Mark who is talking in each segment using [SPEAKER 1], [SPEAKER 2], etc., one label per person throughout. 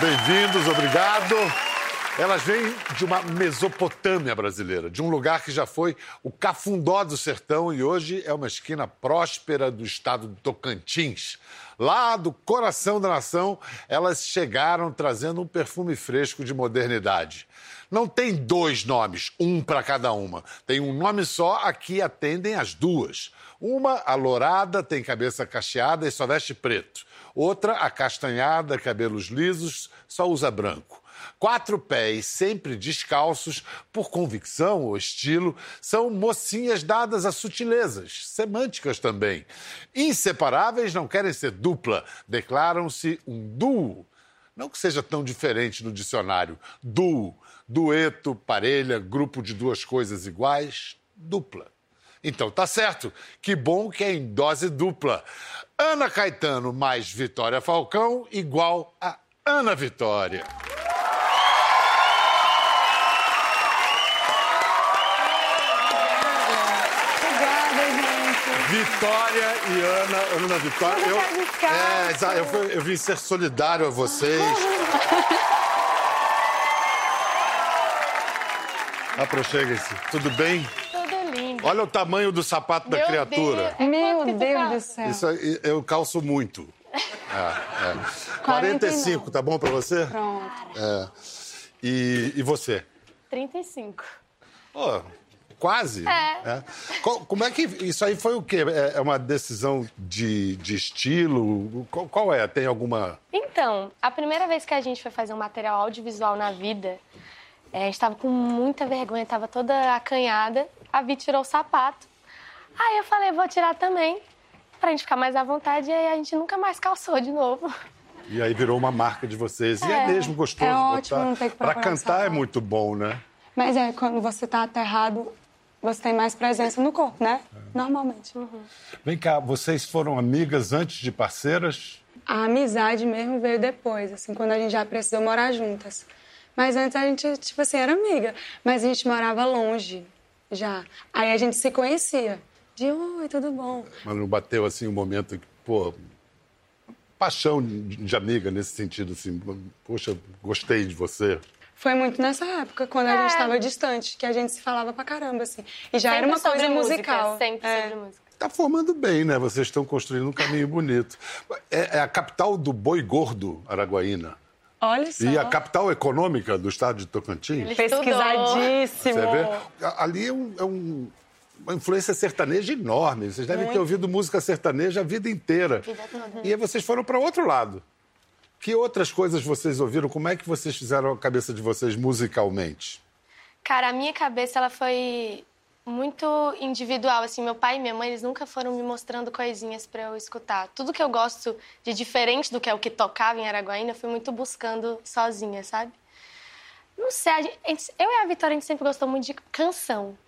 [SPEAKER 1] bem-vindos, obrigado. Elas vêm de uma Mesopotâmia brasileira, de um lugar que já foi o cafundó do sertão e hoje é uma esquina próspera do estado do Tocantins. Lá do coração da nação, elas chegaram trazendo um perfume fresco de modernidade. Não tem dois nomes, um para cada uma. Tem um nome só a que atendem as duas. Uma, a lourada, tem cabeça cacheada e só veste preto. Outra, a castanhada, cabelos lisos, só usa branco. Quatro pés, sempre descalços, por convicção ou estilo, são mocinhas dadas a sutilezas, semânticas também. Inseparáveis, não querem ser dupla, declaram-se um duo. Não que seja tão diferente no dicionário. Duo, dueto, parelha, grupo de duas coisas iguais, dupla. Então tá certo. Que bom que é em dose dupla. Ana Caetano mais Vitória Falcão igual a Ana Vitória.
[SPEAKER 2] Obrigada, gente.
[SPEAKER 1] Vitória e Ana, Ana Vitória.
[SPEAKER 2] Você tá descalço.
[SPEAKER 1] é, exa- eu, fui- eu vim ser solidário a vocês. Aproxeguem-se. Tudo bem?
[SPEAKER 3] Tudo lindo.
[SPEAKER 1] Olha o tamanho do sapato da
[SPEAKER 3] Meu
[SPEAKER 1] criatura.
[SPEAKER 3] Deus, é
[SPEAKER 2] Meu
[SPEAKER 3] quanto que tu
[SPEAKER 2] Deus do
[SPEAKER 3] faz?
[SPEAKER 2] céu.
[SPEAKER 1] Isso aí, eu calço muito. É, é. 45, tá bom pra você?
[SPEAKER 2] Pronto.
[SPEAKER 1] É. E, e você?
[SPEAKER 3] 35.
[SPEAKER 1] Ó, quase. É. Co- como é que. Isso aí foi o quê? É, é uma decisão de, de estilo? Qual, qual é? Tem alguma.
[SPEAKER 3] Então, a primeira vez que a gente foi fazer um material audiovisual na vida, é, a gente tava com muita vergonha, tava toda acanhada. A Vi tirou o sapato. Aí eu falei, vou tirar também, pra gente ficar mais à vontade. E aí a gente nunca mais calçou de novo.
[SPEAKER 1] E aí virou uma marca de vocês. E é
[SPEAKER 3] É.
[SPEAKER 1] mesmo gostoso
[SPEAKER 2] É
[SPEAKER 1] botar.
[SPEAKER 2] ótimo, não ter que
[SPEAKER 1] pra
[SPEAKER 2] procurar um
[SPEAKER 1] cantar é
[SPEAKER 2] sapato.
[SPEAKER 1] muito bom, né?
[SPEAKER 2] Mas é, quando você tá aterrado, você tem mais presença no corpo, né?
[SPEAKER 1] É.
[SPEAKER 2] Normalmente.
[SPEAKER 1] Vem cá, vocês foram amigas antes de parceiras?
[SPEAKER 2] A amizade mesmo veio depois, assim, quando a gente já precisou morar juntas. Mas antes a gente, tipo assim, era amiga. Mas a gente morava longe, já. Aí a gente se conhecia. De oi, tudo bom?
[SPEAKER 1] Mas não bateu assim um momento que, pô. Paixão de de amiga nesse sentido, assim. Poxa, gostei de você.
[SPEAKER 2] Foi muito nessa época, quando a gente
[SPEAKER 3] É.
[SPEAKER 2] estava distante, que a gente se falava pra caramba, assim. E já era
[SPEAKER 3] Sempre
[SPEAKER 2] uma coisa
[SPEAKER 3] sobre música,
[SPEAKER 2] musical.
[SPEAKER 3] Sempre
[SPEAKER 2] É.
[SPEAKER 3] sobre música.
[SPEAKER 1] Tá formando bem, né? Vocês estão construindo um caminho bonito. É, é a capital do boi gordo, Araguaína.
[SPEAKER 2] Olha só.
[SPEAKER 1] E a capital econômica do estado de Tocantins.
[SPEAKER 2] Pesquisadíssimo.
[SPEAKER 1] Você vê? A- Ali é, um- é um- uma influência sertaneja enorme. Vocês devem ter ouvido música sertaneja a vida inteira. E aí vocês foram para outro lado. Que outras coisas vocês ouviram? Como é que vocês fizeram a cabeça de vocês musicalmente?
[SPEAKER 3] Cara, a minha cabeça ela foi muito individual, assim, meu pai e minha mãe, eles nunca foram me mostrando coisinhas pra eu escutar. Tudo que eu gosto de diferente do que é o que tocava em Araguaína, eu fui muito buscando sozinha, sabe? Não sei, a gente- a gente- eu e a Vitória, a gente sempre gostou muito de canção.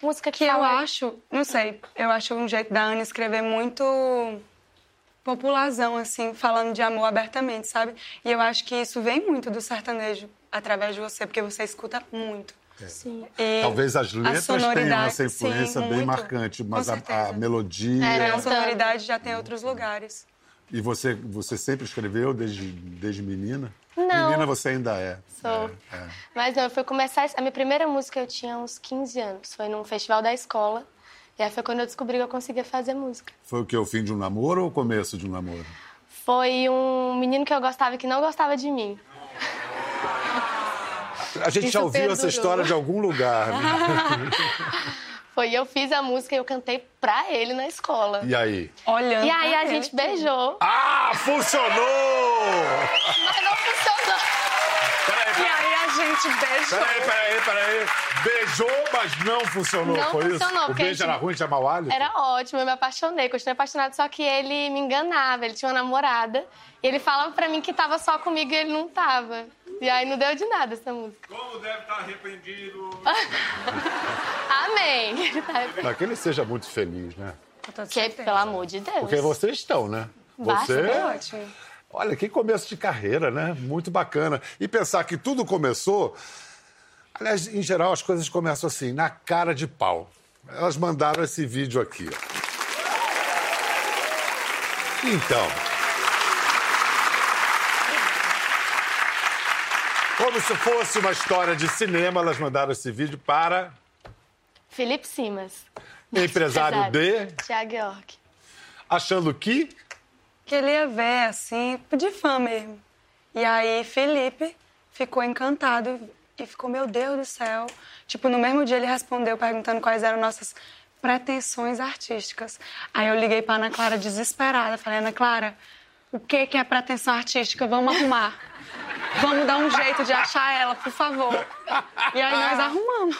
[SPEAKER 3] Música É que,
[SPEAKER 2] Que eu
[SPEAKER 3] fala-
[SPEAKER 2] acho, não sei, eu acho um jeito da Ana escrever muito popularzão, assim, falando de amor abertamente, sabe? E eu acho que isso vem muito do sertanejo através de você, porque você escuta muito.
[SPEAKER 3] Sim.
[SPEAKER 2] E
[SPEAKER 1] É. Talvez as
[SPEAKER 2] a
[SPEAKER 1] letras tenham
[SPEAKER 2] sonoridade,
[SPEAKER 1] essa
[SPEAKER 2] É, sim,
[SPEAKER 1] influência bem
[SPEAKER 2] muito,
[SPEAKER 1] marcante,
[SPEAKER 2] com
[SPEAKER 1] mas a- a,
[SPEAKER 2] certeza.
[SPEAKER 1] melodia.
[SPEAKER 3] É,
[SPEAKER 2] A
[SPEAKER 3] não.
[SPEAKER 2] sonoridade já tem outros lugares.
[SPEAKER 1] E você, você sempre escreveu desde, desde menina?
[SPEAKER 3] Não.
[SPEAKER 1] Menina você ainda é.
[SPEAKER 3] Sou.
[SPEAKER 1] É, é.
[SPEAKER 3] Mas não, eu fui começar. A minha primeira música eu tinha uns 15 anos. Foi num festival da escola. E aí foi quando eu descobri que eu conseguia fazer música.
[SPEAKER 1] Foi o que? O fim de um namoro ou o começo de um namoro?
[SPEAKER 3] Foi um menino que eu gostava e que não gostava de mim.
[SPEAKER 1] A gente
[SPEAKER 3] Isso
[SPEAKER 1] já
[SPEAKER 3] é
[SPEAKER 1] ouviu essa
[SPEAKER 3] perdurou.
[SPEAKER 1] história de algum lugar. né?
[SPEAKER 3] Foi, eu fiz a música e eu cantei pra ele na escola.
[SPEAKER 1] E aí?
[SPEAKER 2] Olhando.
[SPEAKER 3] E aí a
[SPEAKER 2] pra
[SPEAKER 3] gente
[SPEAKER 2] ele.
[SPEAKER 3] beijou,
[SPEAKER 1] Ah, funcionou!
[SPEAKER 3] mas não funcionou.
[SPEAKER 1] Peraí,
[SPEAKER 2] E aí a gente beijou.
[SPEAKER 1] peraí, peraí, peraí. Beijou, mas não funcionou,
[SPEAKER 3] Não
[SPEAKER 1] foi
[SPEAKER 3] funcionou,
[SPEAKER 1] isso? O
[SPEAKER 3] porque a
[SPEAKER 1] beijo
[SPEAKER 3] gente-
[SPEAKER 1] era ruim, tinha mau hálito?
[SPEAKER 3] Era ótimo, eu me apaixonei, continuei apaixonada, só que ele me enganava, ele tinha uma namorada. E ele falava pra mim que tava só comigo e ele não tava. E aí não deu de nada essa música.
[SPEAKER 4] Como deve estar arrependido.
[SPEAKER 3] Amém!
[SPEAKER 1] Pra que ele seja muito feliz, né?
[SPEAKER 2] Com toda
[SPEAKER 3] Que, é,
[SPEAKER 2] certeza.
[SPEAKER 3] pelo amor de Deus.
[SPEAKER 1] Porque vocês estão, né?
[SPEAKER 3] Basta,
[SPEAKER 1] Você.
[SPEAKER 2] Foi ótimo.
[SPEAKER 1] Olha, que começo de carreira, né? Muito bacana. E pensar que tudo começou. Aliás, em geral, as coisas começam assim, na cara de pau. Elas mandaram esse vídeo aqui. ó. Então. como se fosse uma história de cinema, elas mandaram esse vídeo para
[SPEAKER 3] Felipe Simas.
[SPEAKER 1] empresário D,
[SPEAKER 3] Tiago York.
[SPEAKER 1] achando que
[SPEAKER 2] Que ele ia ver, assim, de fã mesmo. E aí Felipe ficou encantado e ficou, meu Deus do céu. Tipo, no mesmo dia ele respondeu perguntando quais eram nossas pretensões artísticas. Aí eu liguei pra Ana Clara desesperada, falei, Ana Clara, o que que é pretensão artística? Vamos arrumar. Vamos dar um jeito de achar ela, por favor. E aí nós arrumamos.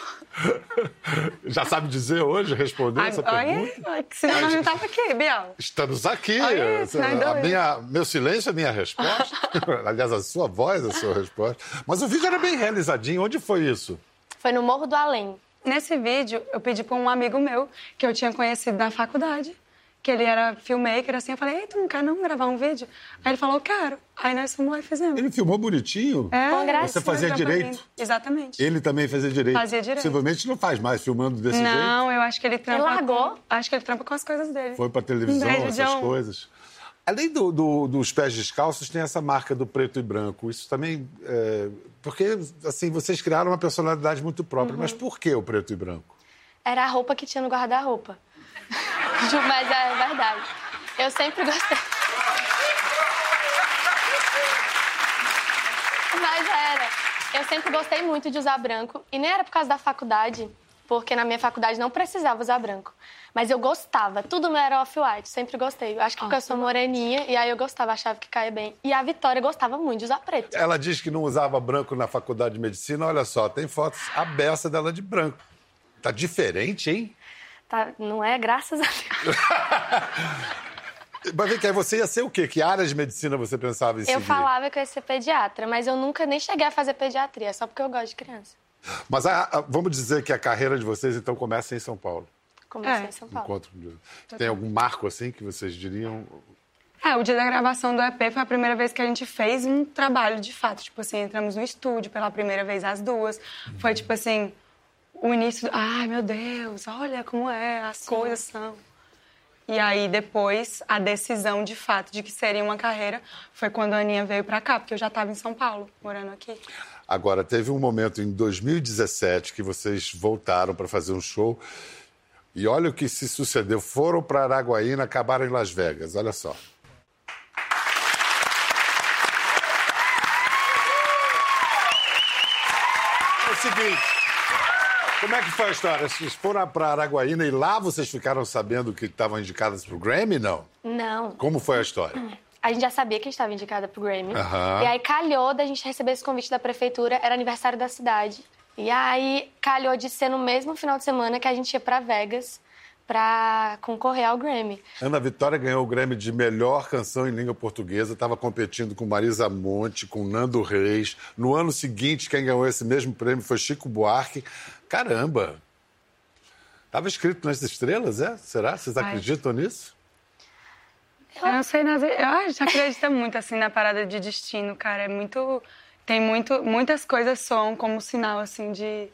[SPEAKER 1] já sabe dizer hoje, responder essa pergunta.
[SPEAKER 2] Olha, olha, que senão nós não tava aqui, Biel.
[SPEAKER 1] Estamos aqui. É,
[SPEAKER 2] Olha isso, né,
[SPEAKER 1] a
[SPEAKER 2] doido?
[SPEAKER 1] minha, meu silêncio é minha resposta. Aliás, a sua voz é a sua resposta. Mas o vídeo era bem realizadinho. Onde foi isso?
[SPEAKER 3] Foi no Morro do Além.
[SPEAKER 2] Nesse vídeo, eu pedi para um amigo meu, que eu tinha conhecido na faculdade, que ele era filmmaker, assim, eu falei, ei, tu não quer não gravar um vídeo? Aí ele falou, quero. Aí nós fomos lá e fizemos.
[SPEAKER 1] Ele filmou bonitinho.
[SPEAKER 2] É,
[SPEAKER 3] Com graça.
[SPEAKER 1] Você fazia
[SPEAKER 2] foi
[SPEAKER 1] direito?
[SPEAKER 2] lindo. Exatamente.
[SPEAKER 1] Ele também fazia direito.
[SPEAKER 2] Fazia direito.
[SPEAKER 1] Possivelmente não faz mais filmando desse jeito.
[SPEAKER 2] Não, eu acho que ele trampa...
[SPEAKER 3] largou?
[SPEAKER 2] com- Acho que ele trampa com as coisas dele.
[SPEAKER 1] Foi pra televisão,
[SPEAKER 2] Um beijo,
[SPEAKER 1] essas
[SPEAKER 2] John.
[SPEAKER 1] coisas. Além do- do- dos pés descalços, tem essa marca do preto e branco. Isso também. é, porque, assim, vocês criaram uma personalidade muito própria. Mas
[SPEAKER 2] Uhum.
[SPEAKER 1] por que o preto e branco?
[SPEAKER 3] Era a roupa que tinha no guarda-roupa. Ju, Mas é verdade. Eu sempre gostei. Mas era. Eu sempre gostei muito de usar branco. E nem era por causa da faculdade, porque na minha faculdade não precisava usar branco. Mas eu gostava. Tudo meu era off-white. Sempre gostei. Eu Acho que porque eu sou moreninha, e aí eu gostava, achava que caia bem. E a Vitória gostava muito de usar preto.
[SPEAKER 1] Ela diz que não usava branco na faculdade de medicina. Olha só, tem fotos a beça dela de branco. Tá diferente, hein?
[SPEAKER 3] Tá, não é? Graças a Deus.
[SPEAKER 1] Mas vem cá, você ia ser o quê? Que área de medicina você pensava em
[SPEAKER 3] Eu
[SPEAKER 1] seguir?
[SPEAKER 3] falava que eu ia ser pediatra, mas eu nunca nem cheguei a fazer pediatria, só porque eu gosto de criança.
[SPEAKER 1] Mas a- a- vamos dizer que a carreira de vocês, então, começa em São Paulo.
[SPEAKER 3] Comecei
[SPEAKER 2] É.
[SPEAKER 3] em São Paulo.
[SPEAKER 1] Encontro. Tem algum marco, assim, que vocês diriam?
[SPEAKER 2] É, o dia da gravação do EP foi a primeira vez que a gente fez um trabalho de fato. Tipo assim, entramos no estúdio pela primeira vez as duas. Foi tipo assim, o início. do- Ai, meu Deus, olha como é, as coisas são. E aí depois, a decisão de fato de que seria uma carreira foi quando a Aninha veio pra cá, porque eu já tava em São Paulo, morando aqui.
[SPEAKER 1] Agora, teve um momento em 2017 que vocês voltaram para fazer um show. E olha o que se sucedeu. Foram para Araguaína, acabaram em Las Vegas. Olha só. É o seguinte. Como é que foi a história? Vocês foram para Araguaína e lá vocês ficaram sabendo que estavam indicadas para o Grammy? Não.
[SPEAKER 3] Não.
[SPEAKER 1] Como foi a história?
[SPEAKER 3] A gente já sabia que a gente estava indicada pro Grammy.
[SPEAKER 1] Aham.
[SPEAKER 3] E aí calhou da gente receber esse convite da prefeitura, era aniversário da cidade. E aí calhou de ser no mesmo final de semana que a gente ia pra Vegas pra concorrer ao Grammy.
[SPEAKER 1] Ana Vitória ganhou o Grammy de melhor canção em língua portuguesa, estava competindo com Marisa Monte, com Nando Reis. No ano seguinte, quem ganhou esse mesmo prêmio foi Chico Buarque. Caramba! Estava escrito nas estrelas, é? Será? Vocês
[SPEAKER 2] Ai.
[SPEAKER 1] acreditam nisso?
[SPEAKER 2] Eu não sei, nas... eu acho que acredita muito assim na parada de destino, cara. É muito tem muito muitas coisas soam como sinal assim de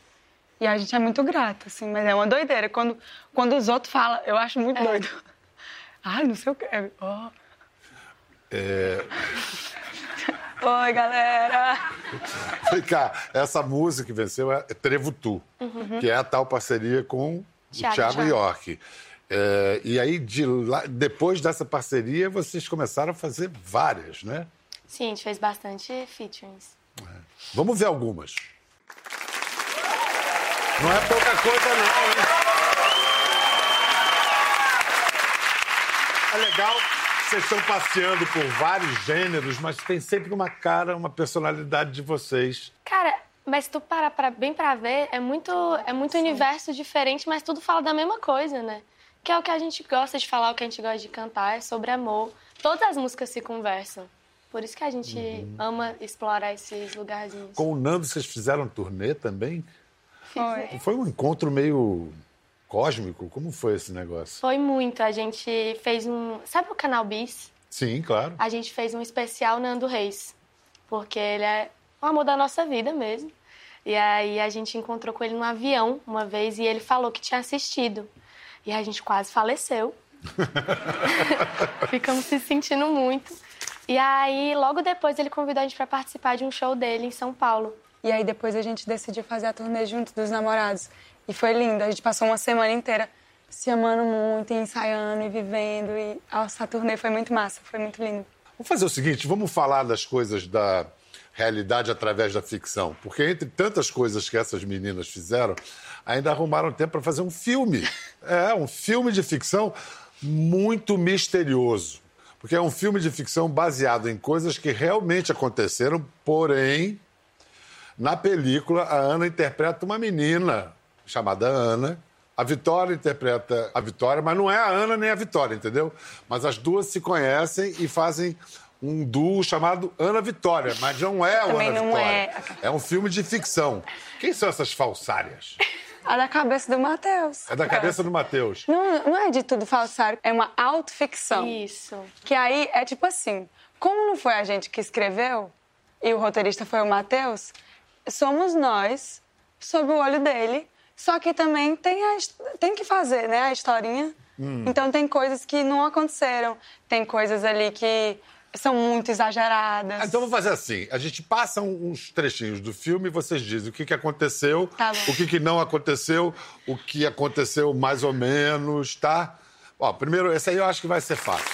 [SPEAKER 2] e a gente é muito grato assim, mas é uma doideira quando quando os outros falam, eu acho muito doido. Ai, não sei o que. é, Ó. Oi, galera.
[SPEAKER 1] Vem cá, essa música que venceu é Trevo Tu, que é a tal parceria com
[SPEAKER 3] Thiago
[SPEAKER 1] o Thiago
[SPEAKER 3] York.
[SPEAKER 1] York. É, e aí, de lá- depois dessa parceria, vocês começaram a fazer várias, né?
[SPEAKER 3] Sim, a gente fez bastante featurings.
[SPEAKER 1] Vamos ver algumas. Não é pouca coisa, não, hein? É legal, vocês estão passeando por vários gêneros, mas tem sempre uma cara, uma personalidade de vocês.
[SPEAKER 3] Cara, mas se tu parar pra, bem pra ver, é muito, é muito universo diferente, mas tudo fala da mesma coisa, né? Que é o que a gente gosta de falar, o que a gente gosta de cantar, é sobre amor. Todas as músicas se conversam. Por isso que a gente ama explorar esses lugarzinhos.
[SPEAKER 1] Com o Nando, vocês fizeram turnê também?
[SPEAKER 2] Foi.
[SPEAKER 3] É.
[SPEAKER 1] Foi um encontro meio cósmico? Como foi esse negócio?
[SPEAKER 3] Foi muito. A gente fez um. Sabe o canal Bis?
[SPEAKER 1] Sim, claro.
[SPEAKER 3] A gente fez um especial Nando Reis. Porque ele é o amor da nossa vida mesmo. E aí a gente encontrou com ele no avião uma vez e ele falou que tinha assistido. E a gente quase faleceu. Ficamos se sentindo muito. E aí, logo depois, ele convidou a gente para participar de um show dele em São Paulo.
[SPEAKER 2] E aí depois a gente decidiu fazer a turnê junto dos namorados. E foi lindo, a gente passou uma semana inteira se amando muito, e ensaiando e vivendo. E nossa, a turnê foi muito massa, foi muito lindo.
[SPEAKER 1] Vamos fazer o seguinte, vamos falar das coisas da realidade através da ficção, porque entre tantas coisas que essas meninas fizeram, ainda arrumaram tempo para fazer um filme. É, um filme de ficção muito misterioso, porque é um filme de ficção baseado em coisas que realmente aconteceram, porém, na película a Ana interpreta uma menina chamada Ana, a Vitória interpreta a Vitória, mas não é a Ana nem a Vitória, entendeu? Mas as duas se conhecem e fazem um duo chamado Ana Vitória, mas não é o
[SPEAKER 2] Também
[SPEAKER 1] Ana
[SPEAKER 2] não
[SPEAKER 1] Vitória.
[SPEAKER 2] é.
[SPEAKER 1] um filme de ficção. Quem são essas falsárias?
[SPEAKER 2] A da cabeça do Matheus.
[SPEAKER 1] É da cabeça do Matheus.
[SPEAKER 2] Não, não é de tudo falsário, é uma autoficção.
[SPEAKER 3] Isso.
[SPEAKER 2] Que aí é tipo assim: como não foi a gente que escreveu e o roteirista foi o Matheus, somos nós, sob o olho dele. Só que também tem, a his- tem que fazer, né? A historinha.
[SPEAKER 1] Hum.
[SPEAKER 2] Então tem coisas que não aconteceram, tem coisas ali que são muito exageradas.
[SPEAKER 1] Ah, Então vamos fazer assim: a gente passa um- uns trechinhos do filme e vocês dizem o que, que aconteceu,
[SPEAKER 2] Tá bom.
[SPEAKER 1] o que, que não aconteceu, o que aconteceu mais ou menos, tá? Ó, primeiro, essa aí eu acho que vai ser fácil.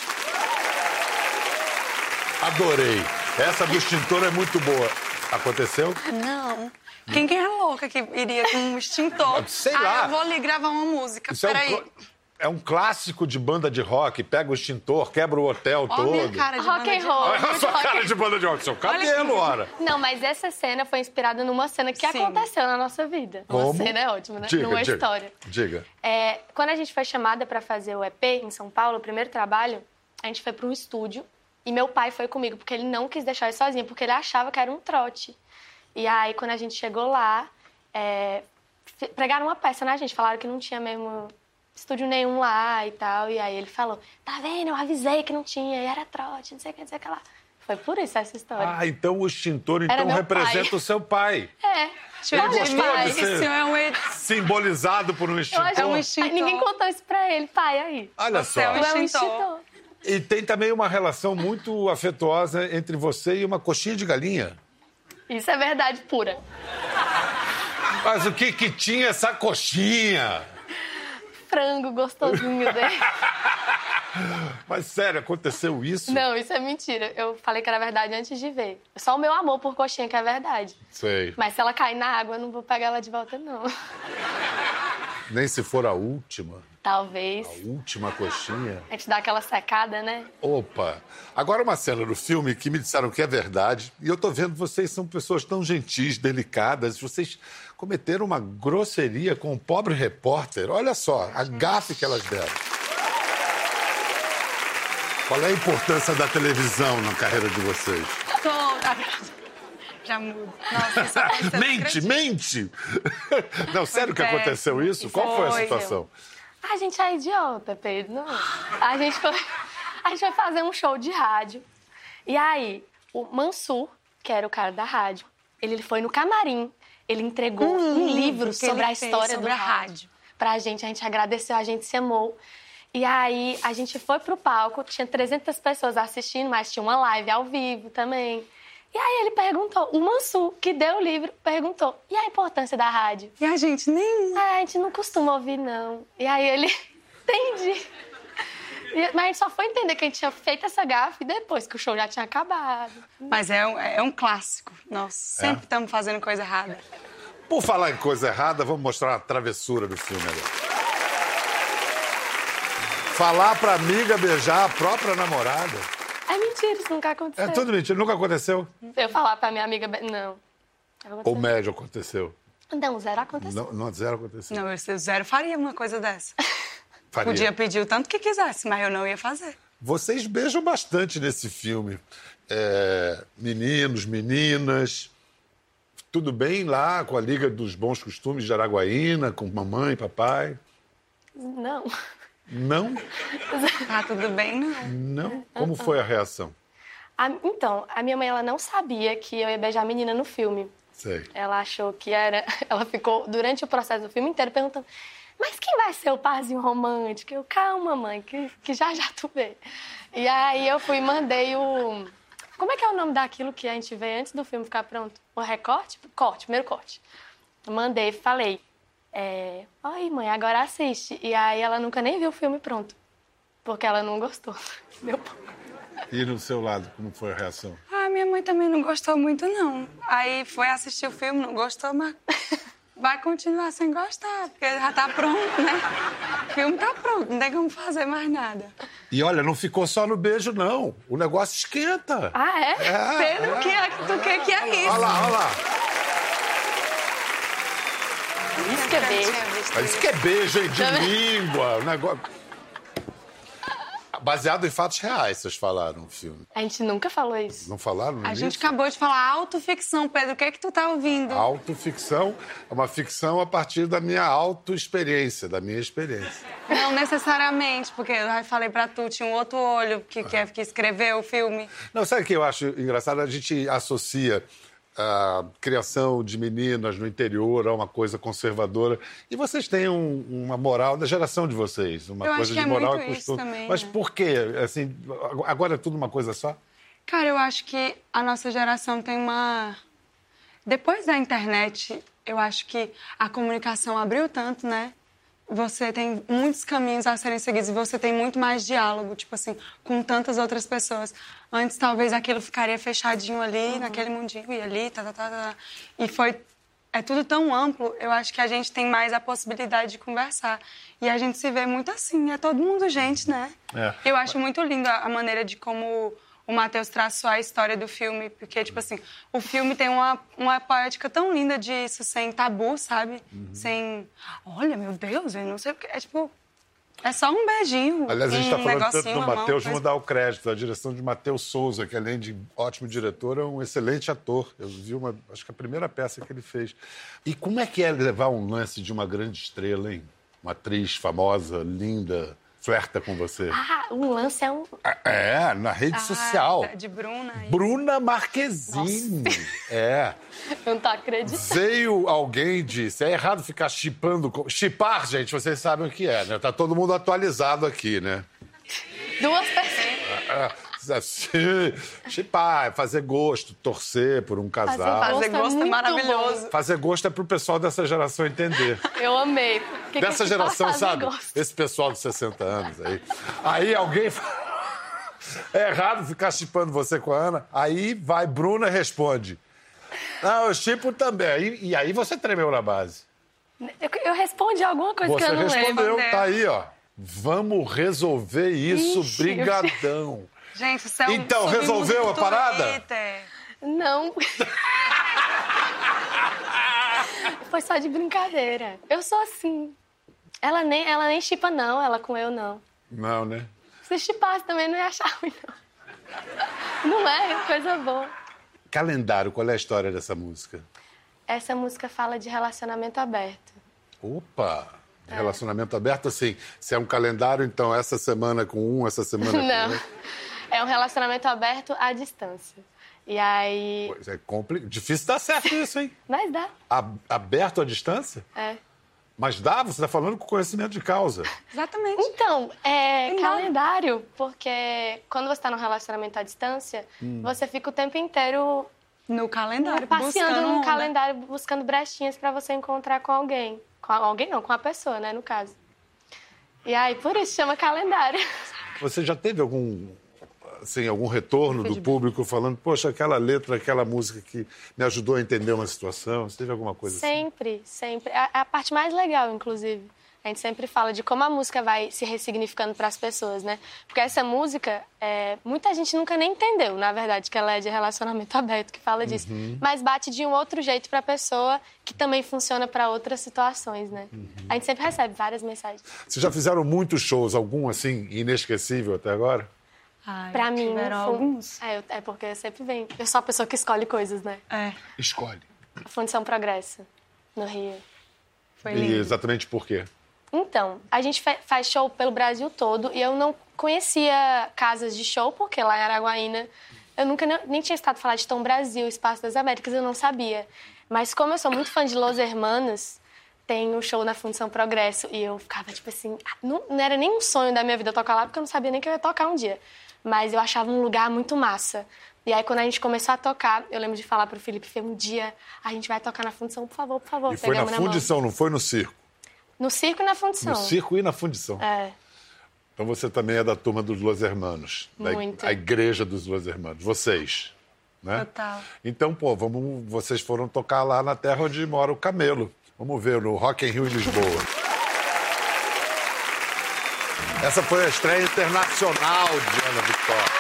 [SPEAKER 1] Adorei. Essa do extintor é muito boa. Aconteceu?
[SPEAKER 2] Não. Quem que é louca que iria com um extintor?
[SPEAKER 1] Sei
[SPEAKER 2] ah,
[SPEAKER 1] lá.
[SPEAKER 2] eu vou ali gravar uma música.
[SPEAKER 1] Isso é um,
[SPEAKER 2] Peraí.
[SPEAKER 1] cl- é um clássico de banda de rock. Pega o extintor, quebra o hotel
[SPEAKER 2] Ó a
[SPEAKER 1] todo.
[SPEAKER 2] minha cara de
[SPEAKER 3] Rock
[SPEAKER 2] banda
[SPEAKER 3] and
[SPEAKER 2] de-
[SPEAKER 3] roll.
[SPEAKER 1] Olha a sua
[SPEAKER 3] Rock and-
[SPEAKER 1] cara de banda de rock. Seu cabelo, ora.
[SPEAKER 3] Não, mas essa cena foi inspirada numa cena que
[SPEAKER 2] Sim.
[SPEAKER 3] aconteceu na nossa vida. Uma cena é ótima, né?
[SPEAKER 1] Diga,
[SPEAKER 3] numa
[SPEAKER 1] diga.
[SPEAKER 3] história.
[SPEAKER 1] Diga.
[SPEAKER 3] É, quando a gente foi chamada para fazer o EP em São Paulo, o primeiro trabalho, a gente foi para um estúdio e meu pai foi comigo, porque ele não quis deixar eu sozinha, porque ele achava que era um trote. E aí, quando a gente chegou lá, é, fe- pregaram uma peça na gente, falaram que não tinha mesmo estúdio nenhum lá e tal. E aí ele falou: tá vendo, eu avisei que não tinha, e era trote, não sei o que, não sei o que lá. Foi por isso essa história.
[SPEAKER 1] Ah, então o extintor então
[SPEAKER 3] meu
[SPEAKER 1] representa
[SPEAKER 3] pai.
[SPEAKER 1] o seu pai.
[SPEAKER 3] É.
[SPEAKER 2] Tio
[SPEAKER 1] Ah. Ele
[SPEAKER 2] de
[SPEAKER 1] gostou
[SPEAKER 2] Mike,
[SPEAKER 1] de ser-
[SPEAKER 2] isso é um ex-
[SPEAKER 1] Simbolizado por um
[SPEAKER 3] Eu
[SPEAKER 1] extintor.
[SPEAKER 3] acho
[SPEAKER 2] É um
[SPEAKER 3] Ai,
[SPEAKER 2] instintor.
[SPEAKER 3] Ninguém contou isso pra ele, pai, aí.
[SPEAKER 1] Olha só.
[SPEAKER 2] Você é um
[SPEAKER 3] Tu é um
[SPEAKER 2] Instintor.
[SPEAKER 3] instintor.
[SPEAKER 1] E tem também uma relação muito afetuosa entre você e uma coxinha de galinha.
[SPEAKER 3] Isso é verdade pura.
[SPEAKER 1] Mas o que que tinha essa coxinha?
[SPEAKER 3] frango gostosinho dele.
[SPEAKER 1] Mas sério, aconteceu isso?
[SPEAKER 3] Não, isso é mentira. Eu falei que era verdade antes de ver. Só o meu amor por coxinha que é verdade.
[SPEAKER 1] Sei.
[SPEAKER 3] Mas se ela cair na água, eu não vou pegar ela de volta, não.
[SPEAKER 1] Nem se for a última.
[SPEAKER 3] Talvez.
[SPEAKER 1] A última coxinha.
[SPEAKER 3] A gente dá aquela secada, né?
[SPEAKER 1] Opa! Agora uma cena do filme que me disseram que é verdade, e eu tô vendo vocês são pessoas tão gentis, delicadas, vocês cometeram uma grosseria com um pobre repórter. Olha só, a gafe que elas deram. Qual é a importância da televisão na carreira de vocês?
[SPEAKER 2] Tô... tá Já mudo. Nossa, é isso aconteceu, não
[SPEAKER 1] mente,
[SPEAKER 2] acredito.
[SPEAKER 1] mente! Não, sério que
[SPEAKER 2] péssimo.
[SPEAKER 1] aconteceu isso? Qual foi a
[SPEAKER 2] Foi.
[SPEAKER 1] situação?
[SPEAKER 3] A gente é idiota, Pedro. Não. é? A gente foi, a gente foi fazer um show de rádio. E aí, o Mansur, que era o cara da rádio, ele, ele foi no camarim. Ele entregou
[SPEAKER 2] Um
[SPEAKER 3] um,
[SPEAKER 2] livro
[SPEAKER 3] livro
[SPEAKER 2] que
[SPEAKER 3] sobre
[SPEAKER 2] ele
[SPEAKER 3] a
[SPEAKER 2] fez
[SPEAKER 3] história
[SPEAKER 2] sobre
[SPEAKER 3] do
[SPEAKER 2] a
[SPEAKER 3] rádio.
[SPEAKER 2] rádio.
[SPEAKER 3] Pra gente, a gente agradeceu, a gente se amou. E aí, a gente foi pro palco, tinha 300 pessoas assistindo, mas tinha uma live ao vivo também. E aí ele perguntou, o Mansur, que deu o livro, perguntou, e a importância da rádio?
[SPEAKER 2] E a gente nem...
[SPEAKER 3] Ah, a gente não costuma ouvir, não. E aí ele, entendi. E- Mas a gente só foi entender que a gente tinha feito essa gafe depois, que o show já tinha acabado.
[SPEAKER 2] Mas é um, é um clássico. Nós
[SPEAKER 1] É.
[SPEAKER 2] sempre estamos fazendo coisa errada.
[SPEAKER 1] Por falar em coisa errada, vamos mostrar a travessura do filme agora. Falar pra amiga beijar a própria namorada.
[SPEAKER 3] É mentira, isso nunca aconteceu.
[SPEAKER 1] É tudo mentira, nunca aconteceu.
[SPEAKER 3] Eu falar pra minha amiga, be- não.
[SPEAKER 1] Ou médio aconteceu.
[SPEAKER 3] Não, zero aconteceu.
[SPEAKER 1] Não, não zero aconteceu.
[SPEAKER 2] Não, eu zero faria uma coisa dessa.
[SPEAKER 1] Faria.
[SPEAKER 2] Podia pedir o tanto que quisesse, mas eu não ia fazer.
[SPEAKER 1] Vocês beijam bastante nesse filme. É, meninos, meninas. Tudo bem lá com a Liga dos Bons Costumes de Araguaína, com mamãe, papai?
[SPEAKER 3] Não.
[SPEAKER 1] Não?
[SPEAKER 2] Tá tudo bem, não.
[SPEAKER 1] Não? Como
[SPEAKER 2] Ah,
[SPEAKER 1] foi a reação?
[SPEAKER 3] A- então, a minha mãe, ela não sabia que eu ia beijar a menina no filme.
[SPEAKER 1] Sei.
[SPEAKER 3] Ela achou que era. Ela ficou durante o processo do filme inteiro perguntando: Mas quem vai ser o parzinho romântico? Eu, calma, mãe, que, que já já tu vê. E aí eu fui e mandei o. Como é que é o nome daquilo que a gente vê antes do filme ficar pronto? um recorte, corte, primeiro corte. Eu mandei, falei, é, ai mãe, agora assiste. E aí ela nunca nem viu o filme pronto, porque ela não gostou. Meu pau.
[SPEAKER 5] E no seu lado, como foi a reação?
[SPEAKER 2] Ah, minha mãe também não gostou muito, não. Aí foi assistir o filme, não gostou, mas vai continuar sem gostar, porque já tá pronto, né? O filme tá pronto, não tem como fazer mais nada.
[SPEAKER 1] E olha, não ficou só no beijo, não. O negócio esquenta.
[SPEAKER 3] Ah, é?
[SPEAKER 2] Pedro, o que é, do que, que é isso?
[SPEAKER 1] Olha lá, olha lá.
[SPEAKER 3] Isso que é beijo.
[SPEAKER 1] Mas Isso que é beijo, hein? De
[SPEAKER 2] Tá
[SPEAKER 1] língua. o Negócio... Baseado em fatos reais, vocês falaram no filme.
[SPEAKER 3] A gente nunca falou isso.
[SPEAKER 1] Não falaram
[SPEAKER 2] A
[SPEAKER 1] nisso?
[SPEAKER 2] gente acabou de falar autoficção, Pedro. O que é que tu tá ouvindo?
[SPEAKER 1] Autoficção é uma ficção a partir da minha autoexperiência, da minha experiência.
[SPEAKER 2] Não necessariamente, porque eu já falei pra tu, tinha um outro olho que, que, que escreveu o filme.
[SPEAKER 1] Não, sabe o que eu acho engraçado? A gente associa a criação de meninas no interior a uma coisa conservadora. E vocês têm um- uma moral da geração de vocês, uma
[SPEAKER 2] Eu acho
[SPEAKER 1] coisa
[SPEAKER 2] que
[SPEAKER 1] de
[SPEAKER 2] é
[SPEAKER 1] moral
[SPEAKER 2] muito
[SPEAKER 1] e
[SPEAKER 2] isso
[SPEAKER 1] costume.
[SPEAKER 2] também,
[SPEAKER 1] Mas
[SPEAKER 2] né?
[SPEAKER 1] por quê? Assim, agora é tudo uma coisa só?
[SPEAKER 2] Cara, eu acho que a nossa geração tem uma. Depois da internet, eu acho que a comunicação abriu tanto, né? Você tem muitos caminhos a serem seguidos e você tem muito mais diálogo, tipo assim, com tantas outras pessoas. Antes, talvez aquilo ficaria fechadinho ali, naquele mundinho, e ali, tá, tá, tá, tá. E foi. É tudo tão amplo, eu acho que a gente tem mais a possibilidade de conversar. E a gente se vê muito assim, é todo mundo gente, né?
[SPEAKER 1] É.
[SPEAKER 2] Eu acho muito lindo a a maneira de como o Matheus traçou a história do filme, porque, tipo assim, o filme tem uma, uma poética tão linda disso, sem tabu, sabe?
[SPEAKER 1] Uhum.
[SPEAKER 2] Sem, olha, meu Deus, eu não sei o que. É tipo, é só um beijinho.
[SPEAKER 1] Aliás, a gente está
[SPEAKER 2] um
[SPEAKER 1] falando tanto
[SPEAKER 2] negocinho,
[SPEAKER 1] do
[SPEAKER 2] uma mão,
[SPEAKER 1] Matheus,
[SPEAKER 2] coisa.
[SPEAKER 1] vamos dar o crédito. A direção de Matheus Souza, que além de ótimo diretor, é um excelente ator. Eu vi uma, acho que a primeira peça que ele fez. E como é que é levar um lance de uma grande estrela, hein? Uma atriz famosa, linda, flerta com você.
[SPEAKER 3] Ah, um lance é um.
[SPEAKER 1] É, na rede
[SPEAKER 2] Ah,
[SPEAKER 1] social.
[SPEAKER 2] da- De Bruna. aí.
[SPEAKER 1] Bruna Marquezine. É.
[SPEAKER 3] Eu não tô acreditando.
[SPEAKER 1] Veio alguém e disse, é errado ficar chipando. com- Chipar, gente, vocês sabem o que é, né? Tá todo mundo atualizado aqui, né?
[SPEAKER 3] Duas pessoas.
[SPEAKER 1] Ah, assim, Chipar, é fazer gosto, torcer por um
[SPEAKER 3] Fazer
[SPEAKER 1] casal.
[SPEAKER 2] Fazer gosto é
[SPEAKER 3] muito bom.
[SPEAKER 2] maravilhoso.
[SPEAKER 1] Fazer gosto é pro pessoal dessa geração entender.
[SPEAKER 3] Eu amei. O que
[SPEAKER 1] Dessa
[SPEAKER 3] que
[SPEAKER 1] geração,
[SPEAKER 3] fazer
[SPEAKER 1] sabe?
[SPEAKER 3] gosto?
[SPEAKER 1] Esse pessoal de 60 anos aí. Aí alguém fala. É errado ficar chipando você com a Ana. Aí vai, Bruna responde. Ah, eu chipo também. E, e aí você tremeu na base.
[SPEAKER 3] Eu, eu respondi alguma coisa que
[SPEAKER 1] Você
[SPEAKER 3] É eu não lembro.
[SPEAKER 1] respondeu,
[SPEAKER 2] né?
[SPEAKER 1] tá aí, ó. Vamos resolver isso,
[SPEAKER 3] Ixi, eu-
[SPEAKER 1] brigadão.
[SPEAKER 2] Gente, isso é um
[SPEAKER 1] Então,
[SPEAKER 2] submundo
[SPEAKER 1] resolveu
[SPEAKER 2] do
[SPEAKER 1] a parada?
[SPEAKER 2] Twitter.
[SPEAKER 3] Não. Foi só de brincadeira. Eu sou assim. Ela nem, ela nem chipa, não, ela com eu não.
[SPEAKER 1] Não, né?
[SPEAKER 3] Se chipasse também não ia achar ruim, não. Não é coisa boa.
[SPEAKER 1] Calendário, qual é a história dessa música?
[SPEAKER 3] Essa música fala de relacionamento aberto.
[SPEAKER 1] Opa! Relacionamento aberto, assim, se é um calendário, então essa semana com um, essa semana com
[SPEAKER 3] Não.
[SPEAKER 1] outro.
[SPEAKER 3] É um relacionamento aberto à distância. E aí.
[SPEAKER 1] Pois É complicado. Difícil dar certo isso, hein?
[SPEAKER 3] Mas dá.
[SPEAKER 1] A- Aberto à distância?
[SPEAKER 3] É.
[SPEAKER 1] Mas dá, você está falando com conhecimento de causa.
[SPEAKER 2] Exatamente.
[SPEAKER 3] Então, é
[SPEAKER 2] Tem nada.
[SPEAKER 3] calendário, porque quando você tá num relacionamento à distância, você fica o tempo inteiro
[SPEAKER 2] No calendário,
[SPEAKER 3] Um passeando
[SPEAKER 2] buscando um né?
[SPEAKER 3] num
[SPEAKER 2] onda.
[SPEAKER 3] calendário, buscando brechinhas pra você encontrar com alguém. Com a- alguém não, com a pessoa, né, no caso. E aí, por isso chama calendário.
[SPEAKER 1] Você já teve algum, assim, algum retorno do público falando, poxa, aquela letra, aquela música que me ajudou a entender uma situação? Você teve alguma coisa assim?
[SPEAKER 3] Sempre, sempre. É a parte mais legal, inclusive. A gente sempre fala de como a música vai se ressignificando para as pessoas, né? Porque essa música, é, muita gente nunca nem entendeu, na verdade, que ela é de relacionamento aberto, que fala disso. Mas bate de um outro jeito para a pessoa, que também funciona para outras situações, né? A gente sempre recebe várias mensagens.
[SPEAKER 1] Vocês já fizeram muitos shows, algum assim, inesquecível até agora?
[SPEAKER 2] Ai,
[SPEAKER 3] Para mim,
[SPEAKER 2] tiveram
[SPEAKER 3] foi-
[SPEAKER 2] alguns.
[SPEAKER 3] É, eu- é porque eu sempre venho. Eu sou a pessoa que escolhe coisas, né?
[SPEAKER 2] É,
[SPEAKER 1] Escolhe.
[SPEAKER 3] A Fundição Progresso, no Rio.
[SPEAKER 2] foi
[SPEAKER 1] E
[SPEAKER 2] lindo.
[SPEAKER 1] exatamente por quê?
[SPEAKER 3] Então, a gente fe- faz show pelo Brasil todo e eu não conhecia casas de show, porque lá em Araguaína eu nunca nem, nem tinha estado falar de Tom Brasil, Espaço das Américas, eu não sabia. Mas como eu sou muito fã de Los Hermanos, tem um show na Fundição Progresso e eu ficava tipo assim, ah, não, não era nem um sonho da minha vida tocar lá, porque eu não sabia nem que eu ia tocar um dia. Mas eu achava um lugar muito massa. E aí, quando a gente começou a tocar, eu lembro de falar pro Felipe Fê, um dia a gente vai tocar na fundição, por favor, por favor.
[SPEAKER 1] E foi na
[SPEAKER 3] Pegamos mão.
[SPEAKER 1] fundição, não foi no circo.
[SPEAKER 3] No circo e na fundição.
[SPEAKER 1] No circo e na fundição.
[SPEAKER 3] É.
[SPEAKER 1] Então você também é da turma dos Los Hermanos. Da,
[SPEAKER 3] Muito.
[SPEAKER 1] A igreja dos Los Hermanos. Vocês. Né?
[SPEAKER 2] Total.
[SPEAKER 1] Então, pô, vamos, vocês foram tocar lá na terra onde mora o Camelo. Vamos ver, no Rock in Rio em Lisboa. Essa foi a estreia internacional de Ana Vitória.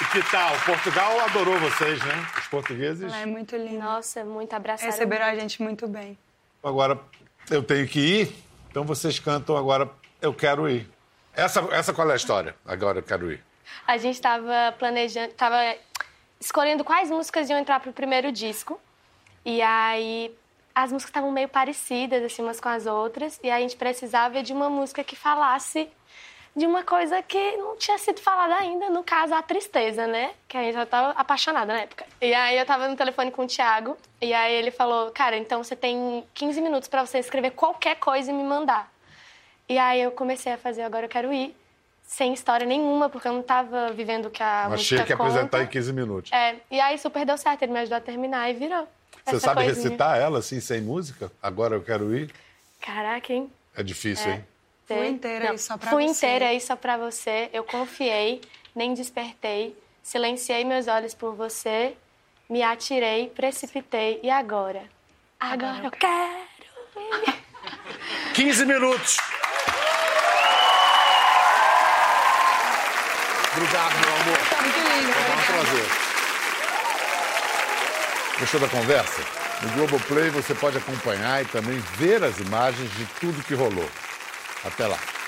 [SPEAKER 1] E que tal? Portugal adorou vocês, né? Os portugueses.
[SPEAKER 2] Ela é muito linda.
[SPEAKER 3] Nossa, muito abraçado.
[SPEAKER 2] Receberam a gente muito bem.
[SPEAKER 1] Agora eu tenho que ir, então vocês cantam agora Eu Quero Ir. Essa, essa qual é a história? Agora eu quero ir.
[SPEAKER 3] A gente tava planejando, tava escolhendo quais músicas iam entrar pro primeiro disco. E aí as músicas estavam meio parecidas assim umas com as outras, e a gente precisava de uma música que falasse de uma coisa que não tinha sido falada ainda, no caso a tristeza, né? Que a gente já tava apaixonada na época. E aí eu tava no telefone com o Thiago, e aí ele falou: "Cara, então você tem 15 minutos pra você escrever qualquer coisa e me mandar". E aí eu comecei a fazer Agora Eu Quero Ir, sem história nenhuma, porque eu não tava vivendo o que a
[SPEAKER 1] Mas
[SPEAKER 3] música
[SPEAKER 1] tinha que apresentar em
[SPEAKER 3] conta.
[SPEAKER 1] 15 minutos.
[SPEAKER 3] É, e aí super deu certo, ele me ajudou a terminar e virou.
[SPEAKER 1] Você
[SPEAKER 3] essa
[SPEAKER 1] sabe
[SPEAKER 3] coisinha.
[SPEAKER 1] recitar ela assim, sem música? Agora eu quero ir?
[SPEAKER 3] Caraca, hein?
[SPEAKER 1] É difícil, hein?
[SPEAKER 2] Fui
[SPEAKER 3] Sei.
[SPEAKER 2] inteira aí só pra
[SPEAKER 3] fui
[SPEAKER 2] você.
[SPEAKER 3] inteira aí só pra você. Eu confiei, nem despertei. Silenciei meus olhos por você. Me atirei, precipitei. E agora? Agora eu quero.
[SPEAKER 1] 15 minutos! Obrigado, meu amor.
[SPEAKER 2] Tá muito lindo.
[SPEAKER 1] Foi um prazer. Gostou da conversa? No Globoplay você pode acompanhar e também ver as imagens de tudo que rolou. Até lá.